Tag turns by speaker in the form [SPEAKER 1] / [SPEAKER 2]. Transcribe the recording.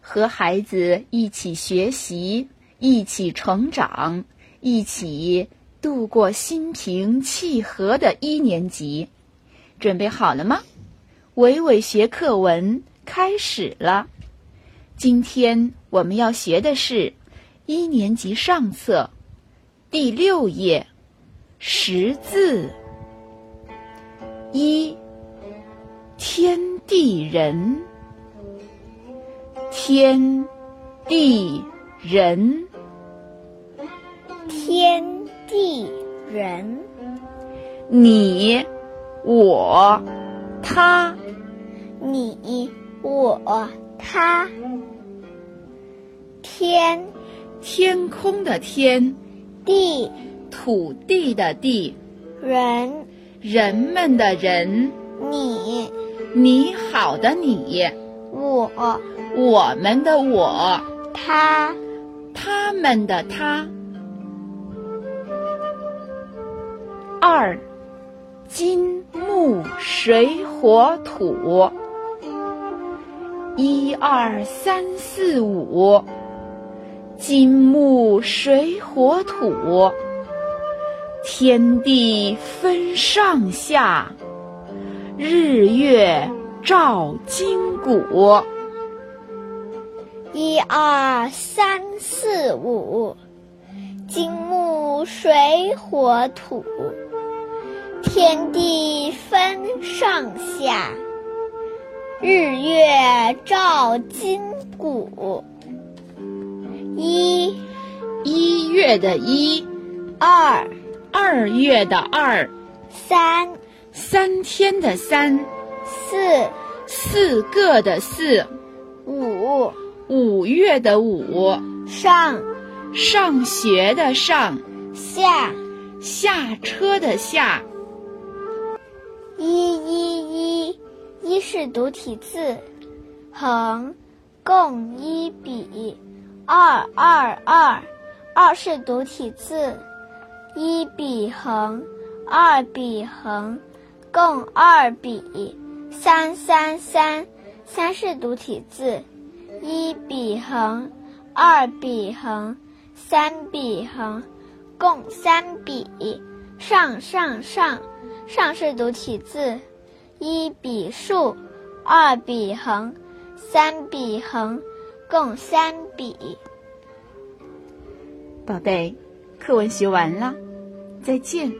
[SPEAKER 1] 和孩子一起学习，一起成长，一起度过心平气和的一年级。准备好了吗？伟伟学课文开始了。今天我们要学的是一年级上册第六页识字一天地人，天地人，
[SPEAKER 2] 天地人，
[SPEAKER 1] 你我他
[SPEAKER 2] 你我他，天
[SPEAKER 1] 天空的天，
[SPEAKER 2] 地
[SPEAKER 1] 土地的地，
[SPEAKER 2] 人，
[SPEAKER 1] 人们的人，
[SPEAKER 2] 你
[SPEAKER 1] 你好的你，
[SPEAKER 2] 我
[SPEAKER 1] 我们的我，
[SPEAKER 2] 他，
[SPEAKER 1] 他们的他。二，金木水火土。一二三四五，金木水火土，天地分上下，日月照筋骨。
[SPEAKER 2] 一二三四五，金木水火土，天地分上下，日月照筋骨。一
[SPEAKER 1] 一月的一，
[SPEAKER 2] 二
[SPEAKER 1] 二月的二，
[SPEAKER 2] 三
[SPEAKER 1] 三天的三，
[SPEAKER 2] 四
[SPEAKER 1] 四个的四，
[SPEAKER 2] 五
[SPEAKER 1] 五月的五，
[SPEAKER 2] 上
[SPEAKER 1] 上学的上，
[SPEAKER 2] 下
[SPEAKER 1] 下车的下。
[SPEAKER 2] 一一一，一是独体字，横，共一笔；二二二，二是独体字，一笔横，二笔横，共二笔；三三三，三是独体字，一笔横，二笔横，三笔横，共三笔；上上上。上是独体字，一笔竖，二笔横，三笔横，共三笔。
[SPEAKER 1] 宝贝，课文学完了，再见。